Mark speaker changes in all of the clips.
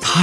Speaker 1: 他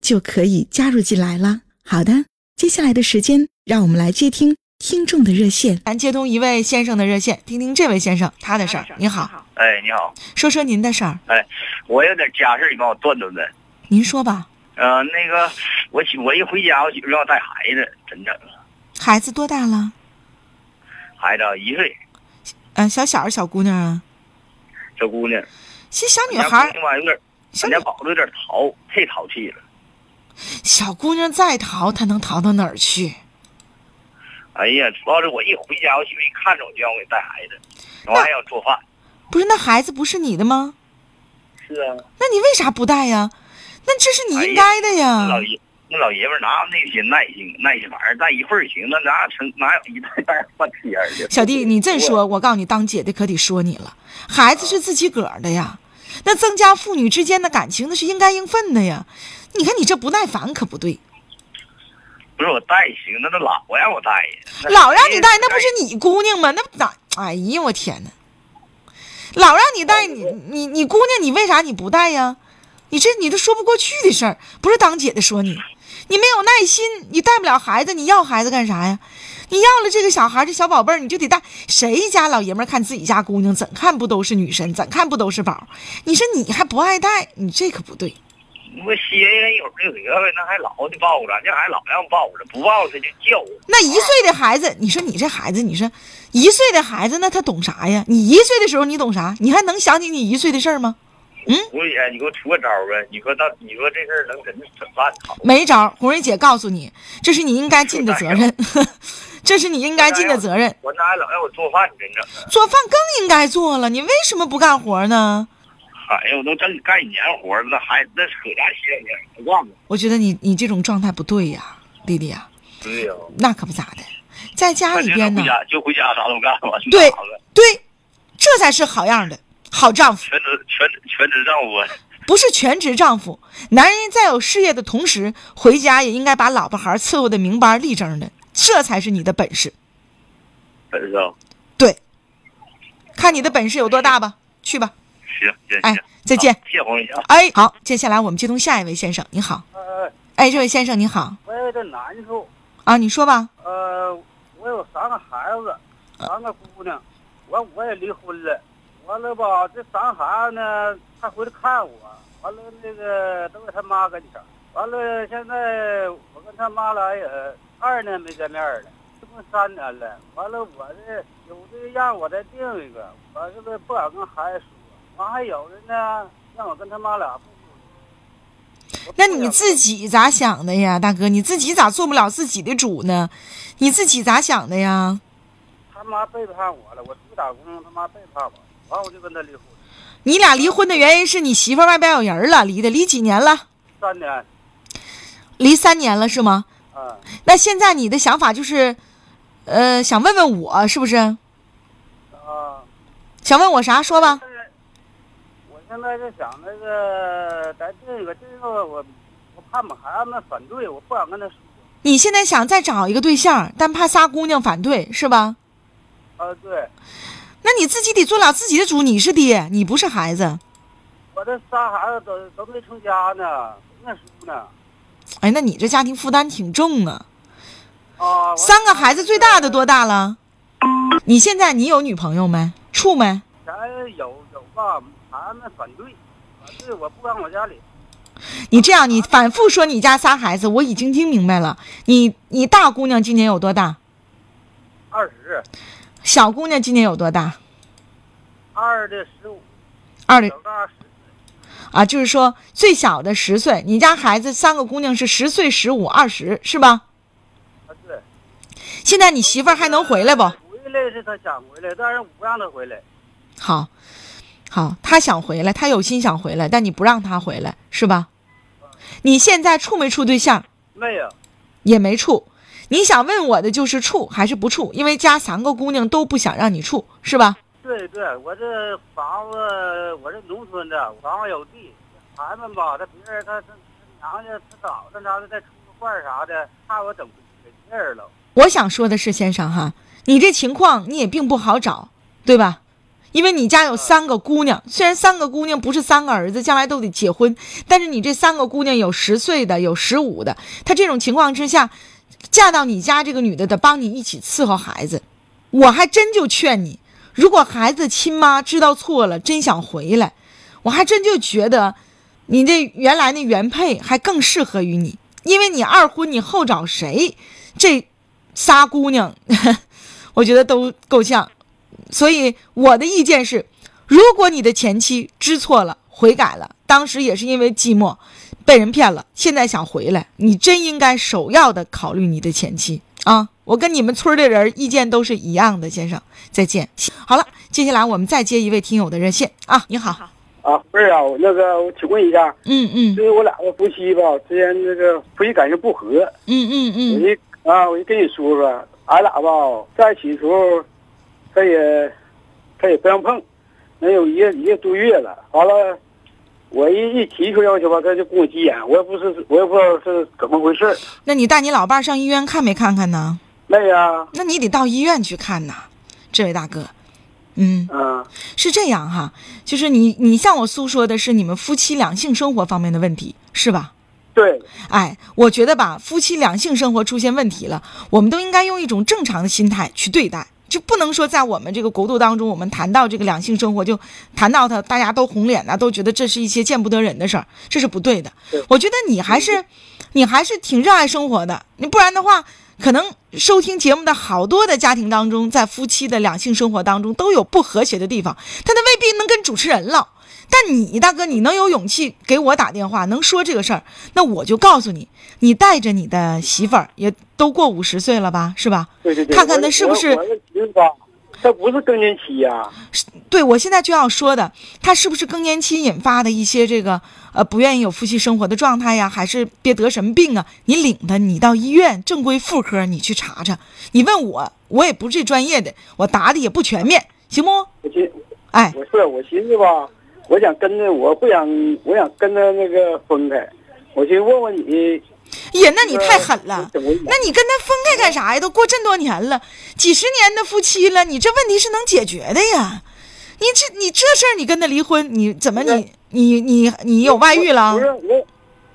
Speaker 2: 就可以加入进来了。好的，接下来的时间，让我们来接听听众的热线。
Speaker 3: 咱接通一位先生的热线，听听这位先生他的事儿。您好，
Speaker 4: 哎，你好，
Speaker 3: 说说您的事儿，
Speaker 4: 我有点家事儿，你帮我断断呗。
Speaker 3: 您说吧。
Speaker 4: 呃，那个，我媳我一回家，我媳妇让我带孩子，真整啊，
Speaker 3: 孩子多大了？
Speaker 4: 孩子啊一岁，
Speaker 3: 呃，小小儿小姑娘啊，
Speaker 4: 小姑娘，
Speaker 3: 这小女孩
Speaker 4: 俺家姑娘吧
Speaker 3: 儿，
Speaker 4: 有点，
Speaker 3: 小
Speaker 4: 俺
Speaker 3: 女
Speaker 4: 家宝子有点淘，太淘气了。
Speaker 3: 小姑娘再淘，她能淘到哪儿去？
Speaker 4: 哎呀，主要是我一回家，我媳妇一看着我就让我给带孩子，我还要做饭。
Speaker 3: 不是，那孩子不是你的吗？
Speaker 4: 是啊，
Speaker 3: 那你为啥不带呀？那这是你应
Speaker 4: 哎呀
Speaker 3: 该的呀。
Speaker 4: 老爷那老爷们儿哪有那些耐性，耐心玩意儿，带一份儿行，那哪成哪有一带带半天儿的？
Speaker 3: 小弟，你这说，我告诉你，当姐的可得说你了。孩子是自己个儿的呀，那增加父女之间的感情，那是应该应分的呀。你看你这不耐烦可不对，
Speaker 4: 不是我带行，那那老我让我带呀，那
Speaker 3: 老让你带，那不是你姑娘吗？那不咋？哎呀，我天哪！老让你带你你你姑娘，你为啥你不带呀？你这你都说不过去的事儿，不是当姐的说你，你没有耐心，你带不了孩子，你要孩子干啥呀？你要了这个小孩儿这小宝贝儿，你就得带。谁家老爷们儿看自己家姑娘，怎看不都是女神，怎看不都是宝儿？你说你还不爱带，你这可不对。
Speaker 4: 我歇一会儿就得了，那还老得抱着，这还老让抱着，不抱着他就叫我。
Speaker 3: 那一岁的孩子，你说你这孩子，你说一岁的孩子，那他懂啥呀？你一岁的时候你懂啥？你还能想起你一岁的事儿吗？
Speaker 4: 吴姐，你给我出个招儿呗？你说到，你说这事儿能怎怎么办好？
Speaker 3: 没招儿，红瑞姐告诉你，这是你应该尽的责任， 这是你应该尽的责任。
Speaker 4: 我那还老让我做饭，真整的。
Speaker 3: 做饭更应该做了，你为什么不干活呢？
Speaker 4: 哎呀，我都干干一年活了，那还那搁家歇歇，不忘了。
Speaker 3: 我觉得你你这种状态不对呀，弟弟呀，
Speaker 4: 对呀，
Speaker 3: 那可不咋的，在家
Speaker 4: 那
Speaker 3: 里
Speaker 4: 就
Speaker 3: 边
Speaker 4: 回
Speaker 3: 呢，
Speaker 4: 家就回家啥都干完，
Speaker 3: 对
Speaker 4: 啥了
Speaker 3: 对，这才是好样的好丈夫。
Speaker 4: 全职全职全职丈夫。
Speaker 3: 不是全职丈夫，男人在有事业的同时，回家也应该把老婆孩儿伺候的明白立正的，这才是你的本事。
Speaker 4: 本事啊，
Speaker 3: 对，看你的本事有多大吧，去吧，
Speaker 4: 行行
Speaker 3: 哎
Speaker 4: 行，，
Speaker 3: 再见
Speaker 4: 好，，谢谢红姐啊。
Speaker 3: 哎，好，接下来我们接通下一位先生，你好，
Speaker 5: 呃，
Speaker 3: 哎，这位先生你好
Speaker 5: 我有点难受。
Speaker 3: 啊，你说吧，
Speaker 5: 呃，我有三个孩子，三个姑娘，完我也离婚了。完了吧，这三孩子呢，还回来看我。完了那个都在他妈跟前儿。完了现在我跟他妈俩也二年没见面儿了，结婚三年了。完了我这有对象，我再定一个，我这个不敢跟孩子说。完还有的呢，让我跟他妈俩不说。我
Speaker 3: 那
Speaker 5: 不
Speaker 3: 你
Speaker 5: 想
Speaker 3: 自己咋想的呀，大哥，你自己咋做不了自己的主呢？你自己咋想的呀？
Speaker 5: 他妈背叛我了，我出去打工，他妈背叛我，完我就跟他离婚，
Speaker 3: 你俩离婚的原因是你媳妇儿外边有人了，离的，离几年了？
Speaker 5: 三年，
Speaker 3: 离三年了是吗？
Speaker 5: 嗯，
Speaker 3: 那现在你的想法就是，呃，想问问我是不是？
Speaker 5: 啊，
Speaker 3: 想问我啥？说吧。
Speaker 5: 但是我现在就想那个，咱这个这个我，我怕我孩子们反对，我不敢跟他说，
Speaker 3: 你现在想再找一个对象，但怕仨姑娘反对，是吧？
Speaker 5: 啊，对，
Speaker 3: 那你自己得做了自己的主，你是爹，你不是孩子。
Speaker 5: 我这仨孩子都都没成家呢，没念书呢，
Speaker 3: 哎，那你这家庭负担挺重啊。
Speaker 5: 啊，我
Speaker 3: 三个孩子，最大的多大了？你现在你有女朋友没？处没？
Speaker 5: 前有有吧，孩子们反对，反对我不敢往家里，
Speaker 3: 你这样，你反复说你家仨孩子，我已经听明白了。你你大姑娘今年有多大？
Speaker 5: 二十
Speaker 3: 小姑娘今年有多大？
Speaker 5: 二的十五，
Speaker 3: 二零
Speaker 5: 老大十，
Speaker 3: 啊，就是说最小的十岁。你家孩子三个姑娘是十岁、十五、二十，是吧？
Speaker 5: 啊对。
Speaker 3: 现在你媳妇儿还能回来不？
Speaker 5: 回来是他想回来，但是我不让他回来。
Speaker 3: 好，好，她想回来，她有心想回来，但你不让她回来，是吧？你现在处没处对象？
Speaker 5: 没有，
Speaker 3: 也没处。你想问我的就是处还是不处？因为家三个姑娘都不想让你处，是吧？
Speaker 5: 对对，我这房子，我这农村的，房子有地，孩子们吧，他别人他他娘家他嫂子啥的再出个坏啥的，怕我整给别人了。
Speaker 3: 我想说的是，先生哈，你这情况你也并不好找，对吧？因为你家有三个姑娘，虽然三个姑娘不是三个儿子，将来都得结婚，但是你这三个姑娘有十岁的，有十五的，她这种情况之下，嫁到你家这个女的得帮你一起伺候孩子。我还真就劝你，如果孩子亲妈知道错了，真想回来，我还真就觉得你这原来那原配还更适合于你，因为你二婚，你后找谁？这仨姑娘， 我觉得都够呛。所以我的意见是，如果你的前妻知错了、悔改了，当时也是因为寂寞，被人骗了，现在想回来，你真应该首要的考虑你的前妻啊！我跟你们村儿的人意见都是一样的，先生，再见。好了，接下来我们再接一位听友的热线啊，你好，
Speaker 5: 啊，不是啊，我那个我请问一下，
Speaker 3: 嗯嗯
Speaker 5: 就是我俩个夫妻吧，之间这个夫妻感情不和，
Speaker 3: 嗯嗯
Speaker 5: 我
Speaker 3: 嗯，
Speaker 5: 就啊，我就跟你说说，俺俩吧在一起的时候，他也他也不让碰，能有一个一个多月了。完了，我一一提出要求吧，他就跟我急眼，我也不是我也不知道是怎么回事儿。
Speaker 3: 那你带你老伴儿上医院看没看看呢？
Speaker 5: 那呀，
Speaker 3: 那你得到医院去看呐，这位大哥，嗯。
Speaker 5: 嗯、
Speaker 3: 是这样哈，就是你你向我诉说的是你们夫妻两性生活方面的问题，是吧？
Speaker 5: 对，
Speaker 3: 哎，我觉得吧，夫妻两性生活出现问题了，我们都应该用一种正常的心态去对待，就不能说在我们这个国度当中，我们谈到这个两性生活就谈到它，大家都红脸呐、都觉得这是一些见不得人的事儿，这是不对的
Speaker 5: 对。
Speaker 3: 我觉得你还是，你还是挺热爱生活的，你不然的话。可能收听节目的好多的家庭当中，在夫妻的两性生活当中都有不和谐的地方，但他未必能跟主持人唠。但你大哥，你能有勇气给我打电话，能说这个事儿，那我就告诉你，你带着你的媳妇儿也都过五十岁了吧，是吧？
Speaker 5: 对对对，
Speaker 3: 看看他是不是
Speaker 5: 我我我这侄子吧，他不是更年期呀、
Speaker 3: 对我现在就要说的，他是不是更年期引发的一些这个呃不愿意有夫妻生活的状态呀，还是别得什么病啊？你领他，你到医院正规妇科你去查查。你问我，我也不是专业的，我答的也不全面，行不？
Speaker 5: 我寻
Speaker 3: 哎，
Speaker 5: 我是我寻思吧，我想跟着，我不想我想跟他那个分开，我寻思问问你，
Speaker 3: 也哎那你太狠了。
Speaker 5: 啊怎么
Speaker 3: 那你跟他分开干啥呀？都过这么多年了，几十年的夫妻了，你这问题是能解决的呀。你这你这事儿，你跟他离婚，你怎么你你你你有外遇了
Speaker 5: 不？是我，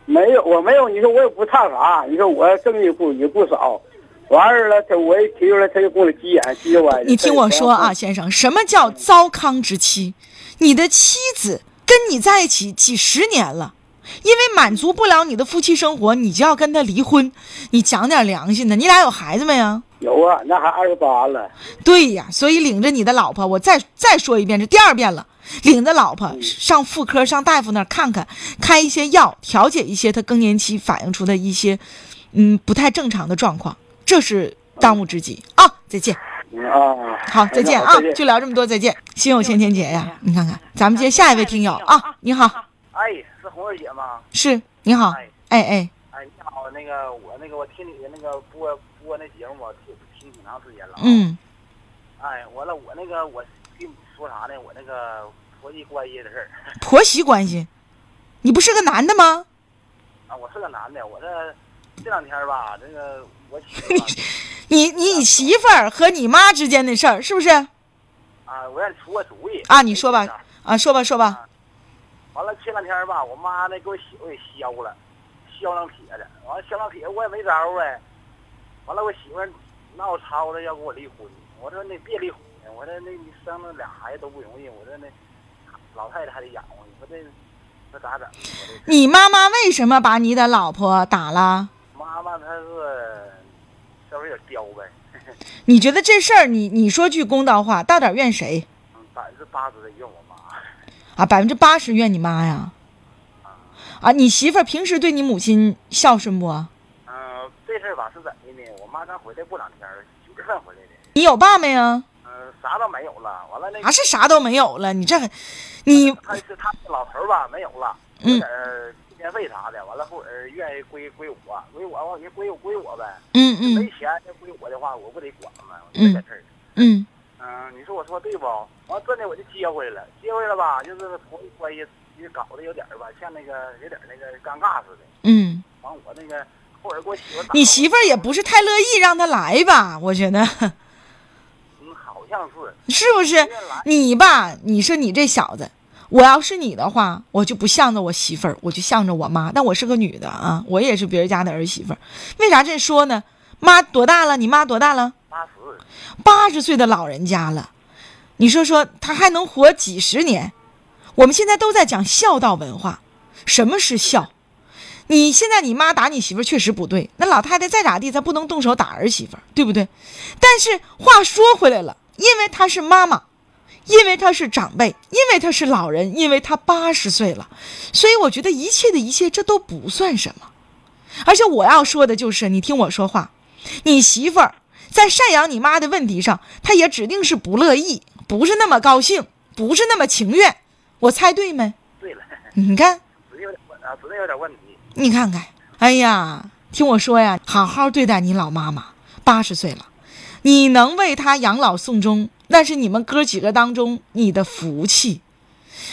Speaker 5: 没有，我没有。你说我也不差啥，你说我挣的也不也不少，完事儿了，他我一提出来，他就跟我急眼，急歪了。
Speaker 3: 你听我说啊，先生，什么叫糟糠之妻？你的妻子跟你在一起几十年了，因为满足不了你的夫妻生活，你就要跟他离婚。你讲点良心的，你俩有孩子没呀、
Speaker 5: 有啊，那还二十八了，
Speaker 3: 对呀，所以领着你的老婆，我再再说一遍，这第二遍了，领着老婆上妇科、上大夫那儿看看，开一些药，调节一些她更年期反映出的一些，嗯，不太正常的状况，这是当务之急啊！再见，
Speaker 5: 嗯啊，
Speaker 3: 好，再见啊
Speaker 5: 好再，见
Speaker 3: 就聊这么多，再见，心有千千结呀，你看看，咱们接嗯下一位听友啊，你好，
Speaker 5: 哎，是红二姐吗？
Speaker 3: 是你好，哎哎，
Speaker 5: 哎，你好，那个我那个我听你的那个播播那节目，我听听挺长时间了。。啊
Speaker 3: 嗯
Speaker 5: 哎，完了，我那个我跟你说啥呢？我那个婆媳关系的事儿
Speaker 3: 婆媳关系，你不是个男的吗？
Speaker 5: 啊，我是个男的，我这这两天吧，这个我媳妇吧
Speaker 3: 你你媳妇儿和你妈之间的事儿是不是
Speaker 5: 啊，我让你出个主意
Speaker 3: 啊你说吧啊？说吧说吧。
Speaker 5: 完了前两天吧，我妈那给我媳妇给削了，削上撇的。完了削上撇，我也没招儿呗。完了我媳妇儿闹吵着要跟我离婚，我说你别离婚，我说那你生了俩孩子都不容易，我说那老太太还得养活你，我这这咋整？啊我这
Speaker 3: 你妈妈为什么把你的老婆打了？
Speaker 5: 妈妈她是稍微有点刁呗，
Speaker 3: 你觉得这事儿，你你说句公道话，大点儿怨谁
Speaker 5: 嗯，百分之八十得怨我妈。
Speaker 3: 啊？百分之八十怨你妈呀！啊，你媳妇儿平时对你母亲孝顺不啊？
Speaker 5: 嗯、这事儿吧是怎的呢？我妈刚回来不两天儿，九月份回来的，
Speaker 3: 你有爸没呀？
Speaker 5: 嗯、啥都没有了。完了那个
Speaker 3: 啊，是啥都没有了，你这，你
Speaker 5: 他是他那老头儿吧，没有了，有
Speaker 3: 嗯
Speaker 5: 点儿纪念费啥的，完了后儿愿意归归我，归我完也归我归我呗，
Speaker 3: 嗯
Speaker 5: 没
Speaker 3: 嗯
Speaker 5: 钱就归我的话，我不得管吗？我就这事儿。
Speaker 3: 嗯
Speaker 5: 嗯，你说我说对不？完真的我就接回来了，接回来吧，就是婆媳关系也搞得有点儿吧，像那个有点儿那个尴尬似的。
Speaker 3: 嗯，
Speaker 5: 完我那个后来给我媳妇打，
Speaker 3: 你媳妇儿也不是太乐意让他来吧？我觉得
Speaker 5: 嗯，好像是
Speaker 3: 是不是？你吧，你说你这小子，我要是你的话，我就不向着我媳妇儿，我就向着我妈。但我是个女的啊，我也是别人家的儿媳妇儿。为啥这说呢？妈多大了？你妈多大了？
Speaker 5: 八十，
Speaker 3: 八十岁的老人家了，你说说她还能活几十年？我们现在都在讲孝道文化，什么是孝？你现在你妈打你媳妇儿确实不对，那老太太再咋地，她不能动手打儿媳妇儿，对不对？但是话说回来了，因为她是妈妈，因为她是长辈，因为她是老人，因为她八十岁了，所以我觉得一切的一切这都不算什么。而且我要说的就是，你听我说话，你媳妇儿在赡养你妈的问题上，她也指定是不乐意，不是那么高兴，不是那么情愿。我猜对没？
Speaker 5: 对了，
Speaker 3: 你看，
Speaker 5: 指定有点问啊，指定有点问题。
Speaker 3: 你看看，哎呀，听我说呀，好好对待你老妈妈，八十岁了，你能为她养老送终，那是你们哥几个当中你的福气。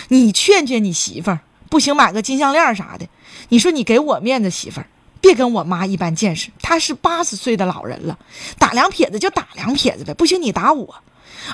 Speaker 3: 你劝劝你媳妇儿，不行买个金项链儿啥的。你说你给我面子，媳妇儿，别跟我妈一般见识。她是八十岁的老人了，打两撇子就打两撇子呗，不行你打我，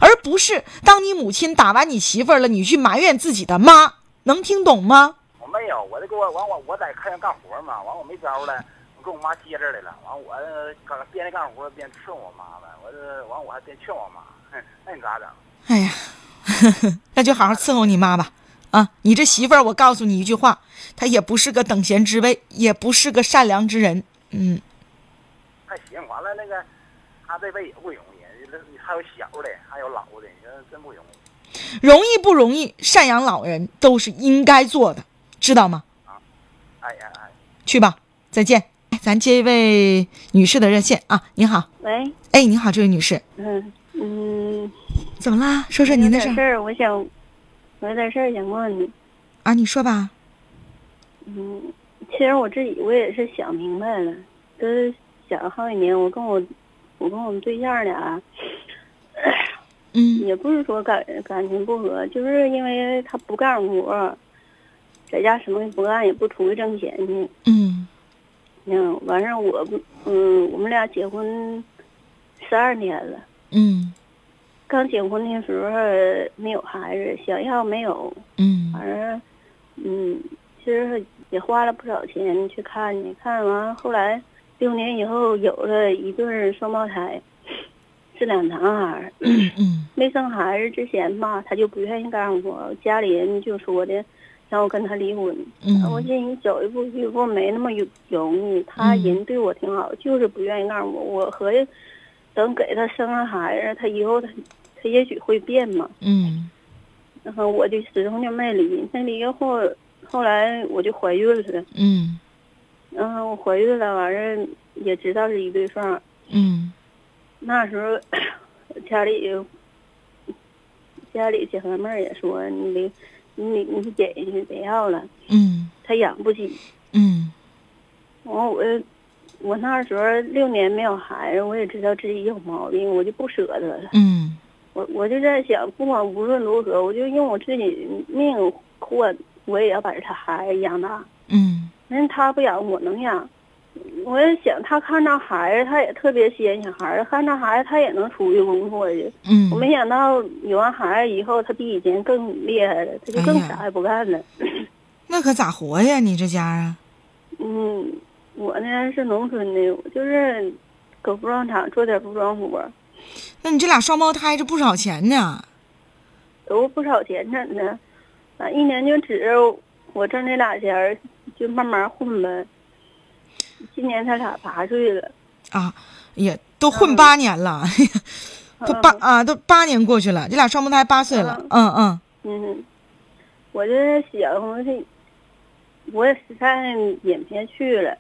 Speaker 3: 而不是当你母亲打完你媳妇儿了，你去埋怨自己的妈，能听懂吗？
Speaker 5: 我没有，我这给我完我我在看人干活嘛，完我没招了，我跟我妈接着来了，完我呃干边干活边劝我妈呗，我这完我还边劝我妈，哼，那你咋整？
Speaker 3: 哎呀， 那就好好伺候你妈吧。啊，你这媳妇儿，我告诉你一句话，她也不是个等闲之辈，也不是个善良之人。嗯，
Speaker 5: 还行，完了那个他这辈也不容易，这还有小的，还有老的，你说真不容易
Speaker 3: 容易不容易，赡养老人都是应该做的，知道吗？
Speaker 5: 哎呀哎。
Speaker 3: 去吧，再见。哎咱接一位女士的热线啊，您好，
Speaker 6: 喂，
Speaker 3: 哎，你好，这位女士，
Speaker 6: 嗯嗯，
Speaker 3: 怎么啦？说说
Speaker 6: 有
Speaker 3: 哎您的事
Speaker 6: 点事
Speaker 3: 儿
Speaker 6: 儿，我想，我有点事儿想问你。
Speaker 3: 啊，你说吧。
Speaker 6: 嗯，其实我自己我也是想明白了，就是想好几年，我跟我我跟我们对象俩
Speaker 3: 嗯
Speaker 6: 也不是说感感情不和，就是因为他不干活，在家什么也不干，也不出去挣钱去。
Speaker 3: 嗯
Speaker 6: 嗯，完事儿我不嗯，我们俩结婚十二年了。
Speaker 3: 嗯
Speaker 6: 刚结婚的时候没有孩子，想要没有，
Speaker 3: 嗯
Speaker 6: 反正，嗯，其实也花了不少钱去看去，看完后来六年以后有了一对儿双胞胎，是两男孩儿。
Speaker 3: 嗯嗯
Speaker 6: 没生孩子之前吧，他就不愿意干活，家里人就说的让我跟他离婚。呃我
Speaker 3: 嗯
Speaker 6: 寻思你走一步一步没那么容易，他
Speaker 3: 嗯
Speaker 6: 人对我挺好，就是不愿意干活。我合计等给他生了孩子，他以后他他也许会变嘛。
Speaker 3: 嗯
Speaker 6: 然后我就始终就没离，没离后，后来我就怀孕了，
Speaker 3: 嗯
Speaker 6: 然后我怀孕了，完事儿也知道是一对缝儿。
Speaker 3: 嗯
Speaker 6: 那时候 家里家里姐妹儿也说你得你得你得忍下去，别要了，
Speaker 3: 嗯
Speaker 6: 她养不起。
Speaker 3: 嗯
Speaker 6: 完我我那时候六年没有孩子，我也知道自己有毛病，我就不舍得了。
Speaker 3: 嗯
Speaker 6: 我我就在想，不管无论如何，我就用我自己命换，我也要把他孩子养大。
Speaker 3: 嗯
Speaker 6: 人他不养，我能养。我也想，他看着孩子，他也特别稀罕小孩儿，看着孩子，他也能出去工作去。
Speaker 3: 嗯，
Speaker 6: 我没想到有完孩子以后，他比以前更厉害了，他就更
Speaker 3: 哎呀
Speaker 6: 啥也不干了。
Speaker 3: 那可咋活呀？你这家啊？
Speaker 6: 嗯，我呢是农村的，我就是搁服装厂做点服装活儿，
Speaker 3: 那你这俩双胞胎这不少钱呢？
Speaker 6: 都不少钱整的，啊，一年就只我挣这俩钱儿就慢慢混呗。今年他俩八岁了，
Speaker 3: 啊，也都
Speaker 6: 嗯
Speaker 3: 混八年了， 都八啊，都八年过去了，这俩双胞胎八岁了，嗯嗯
Speaker 6: 嗯，我这想是，我也实在忍不下去了。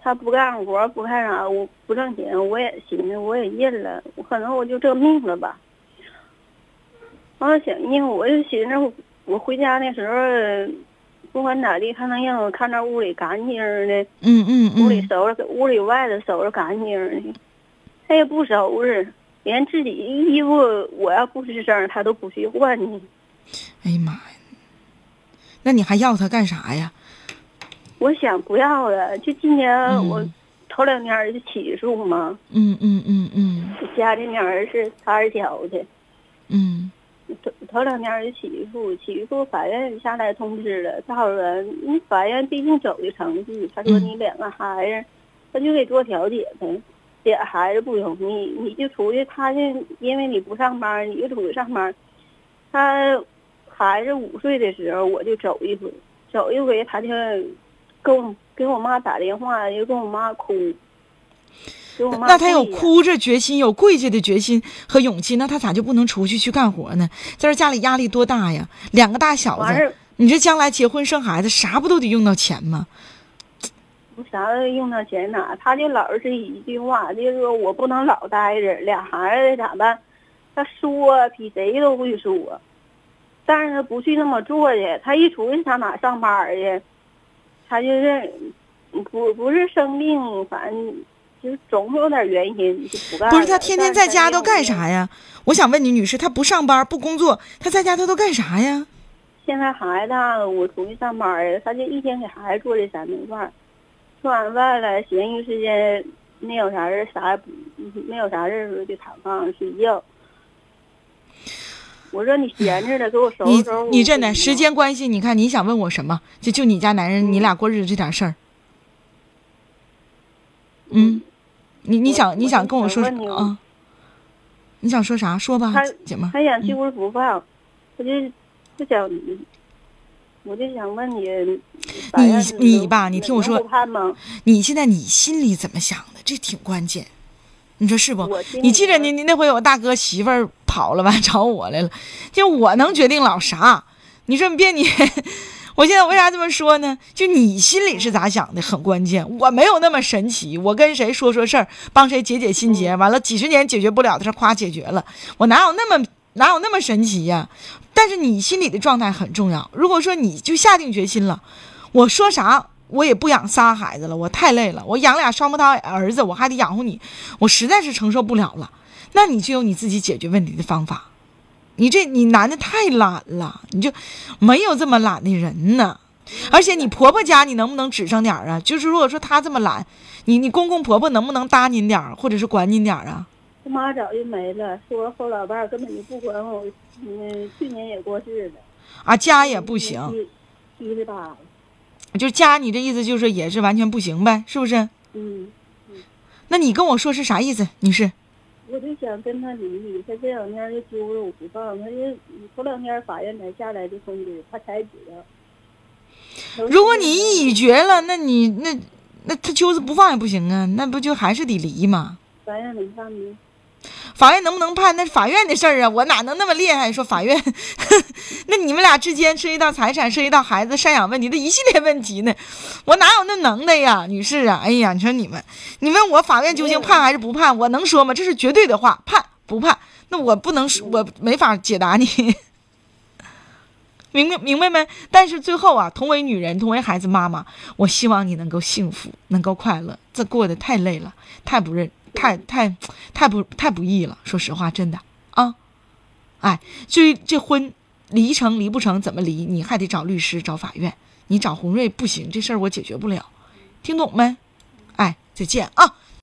Speaker 6: 他不干活不干啥，我不挣钱，我也寻思我也认了，我可能我就这命了吧。完了想，因为我就寻思我回家那时候，不管咋地，他能让我看着屋里干净的，
Speaker 3: 嗯嗯
Speaker 6: 屋里
Speaker 3: 嗯，
Speaker 6: 收拾，屋里外头收拾干净的，他也不收拾，连自己衣服我要不吱声，他都不去换呢。
Speaker 3: 哎呀妈呀，那你还要他干啥呀？
Speaker 6: 我想不要了，就今年我
Speaker 3: 嗯
Speaker 6: 头两天儿就起诉嘛，
Speaker 3: 嗯嗯嗯嗯
Speaker 6: 我家这面儿是他二小的，
Speaker 3: 嗯，
Speaker 6: 头头两天儿就起诉，起诉法院下来通知了，大伙儿嗯法院毕竟走的程序，他说
Speaker 3: 嗯
Speaker 6: 你两个孩子，他就得做调解呗。俩孩子不容易，你就出去，他就因为你不上班，你就出去上班。他孩子五岁的时候，我就走一回，走一回他就跟我给我妈打电话，就跟我妈哭，给我妈
Speaker 3: 那他有
Speaker 6: 跪呀
Speaker 3: 哭着决心，有跪下的决心和勇气，那他咋就不能出去去干活呢？在这家里压力多大呀？两个大小
Speaker 6: 完事
Speaker 3: 子，
Speaker 6: 儿
Speaker 3: 你这将来结婚生孩子，啥不都得用到钱吗？
Speaker 6: 我啥都用到钱哪，他就老是一句话，就是说我不能老待着，俩孩子咋办？他说比谁都会说，但是他不去那么做去，他一出去上哪上班儿去？他就是嗯不不是生病，反正就是总有点原因就不干了。
Speaker 3: 不是他天天在家都干
Speaker 6: 呀？
Speaker 3: 啥呀？我想问你，女士，他不上班不工作，他在家他都干啥呀？
Speaker 6: 现在孩子大了，我出去上班儿，他就一天给孩子做这三顿饭，做完饭了，闲余时间没有啥事儿，啥也不没有啥事儿的时候就躺炕上睡觉。我说你闲着了，给我收拾
Speaker 3: 你
Speaker 6: 收拾。
Speaker 3: 你这呢？时，间关系，你看你想问我什么？就就你家男人，你俩过日子这点事儿，嗯，你你
Speaker 6: 我
Speaker 3: 想你
Speaker 6: 我
Speaker 3: 想
Speaker 6: 就
Speaker 3: 跟我
Speaker 6: 想
Speaker 3: 说啥
Speaker 6: 问你
Speaker 3: 啊？你想说啥？说吧
Speaker 6: 他，
Speaker 3: 姐们儿。
Speaker 6: 他想去屋不放，他就就想，我就想问你，法院
Speaker 3: 你
Speaker 6: 能
Speaker 3: 吧你听我说
Speaker 6: 能不判吗？
Speaker 3: 你现在你心里怎么想的？这挺关键，你说是不
Speaker 6: 我？心里
Speaker 3: 你记着
Speaker 6: 呢
Speaker 3: 你你那回我大哥媳妇儿跑了吧， 找我来了，就我能决定老啥？你说你别你， 我现在为啥这么说呢？就你心里是咋想的很关键，我没有那么神奇，我跟谁说说事儿，帮谁解解心结，
Speaker 6: 嗯
Speaker 3: 完了几十年解决不了的事儿，夸解决了，我哪有那么哪有那么神奇呀、但是你心里的状态很重要。如果说你就下定决心了，我说啥我也不养仨孩子了，我太累了，我养俩双胞胎儿子，我还得养活你，我实在是承受不了了。那你就有你自己解决问题的方法。你这你男的太懒了，你就没有这么懒的人呢。而且你婆婆家你能不能指上点儿啊？就是如果说她这么懒，你你公公婆婆能不能搭您点儿，或者是管您点儿啊？
Speaker 6: 我妈早就没了，是我后老伴儿根本就不管我，嗯，去年也过世了。
Speaker 3: 啊，家也不行，
Speaker 6: 七，七十八了，
Speaker 3: 就家你这意思就是也是完全不行呗，是不是？
Speaker 6: 嗯，
Speaker 3: 那你跟我说是啥意思，女士？
Speaker 6: 我就想跟他离离，他这两天就揪着我不放，他就头两天法院才下来就通知，他才知道。
Speaker 3: 如果你已决了，那你那那他揪着不放也不行啊，那不就还是得离吗？
Speaker 6: 法院没上呢，
Speaker 3: 法院能不能判那是法院的事儿啊，我哪能那么厉害？说法院， 那你们俩之间涉及到财产、涉及到孩子赡养问题的一系列问题呢，我哪有那能耐呀，女士啊？哎呀，你说你们，你问我法院究竟判还是不判，我能说吗？这是绝对的话，判不判？那我不能说，我没法解答你。 明白明白没？但是最后啊，同为女人，同为孩子妈妈，我希望你能够幸福，能够快乐。这过得太累了，太不认，太太太不太不易了。说实话，真的啊，哎，至于这婚离成离不成，怎么离，你还得找律师，找法院。你找红瑞不行，这事儿我解决不了，听懂没？哎，再见啊！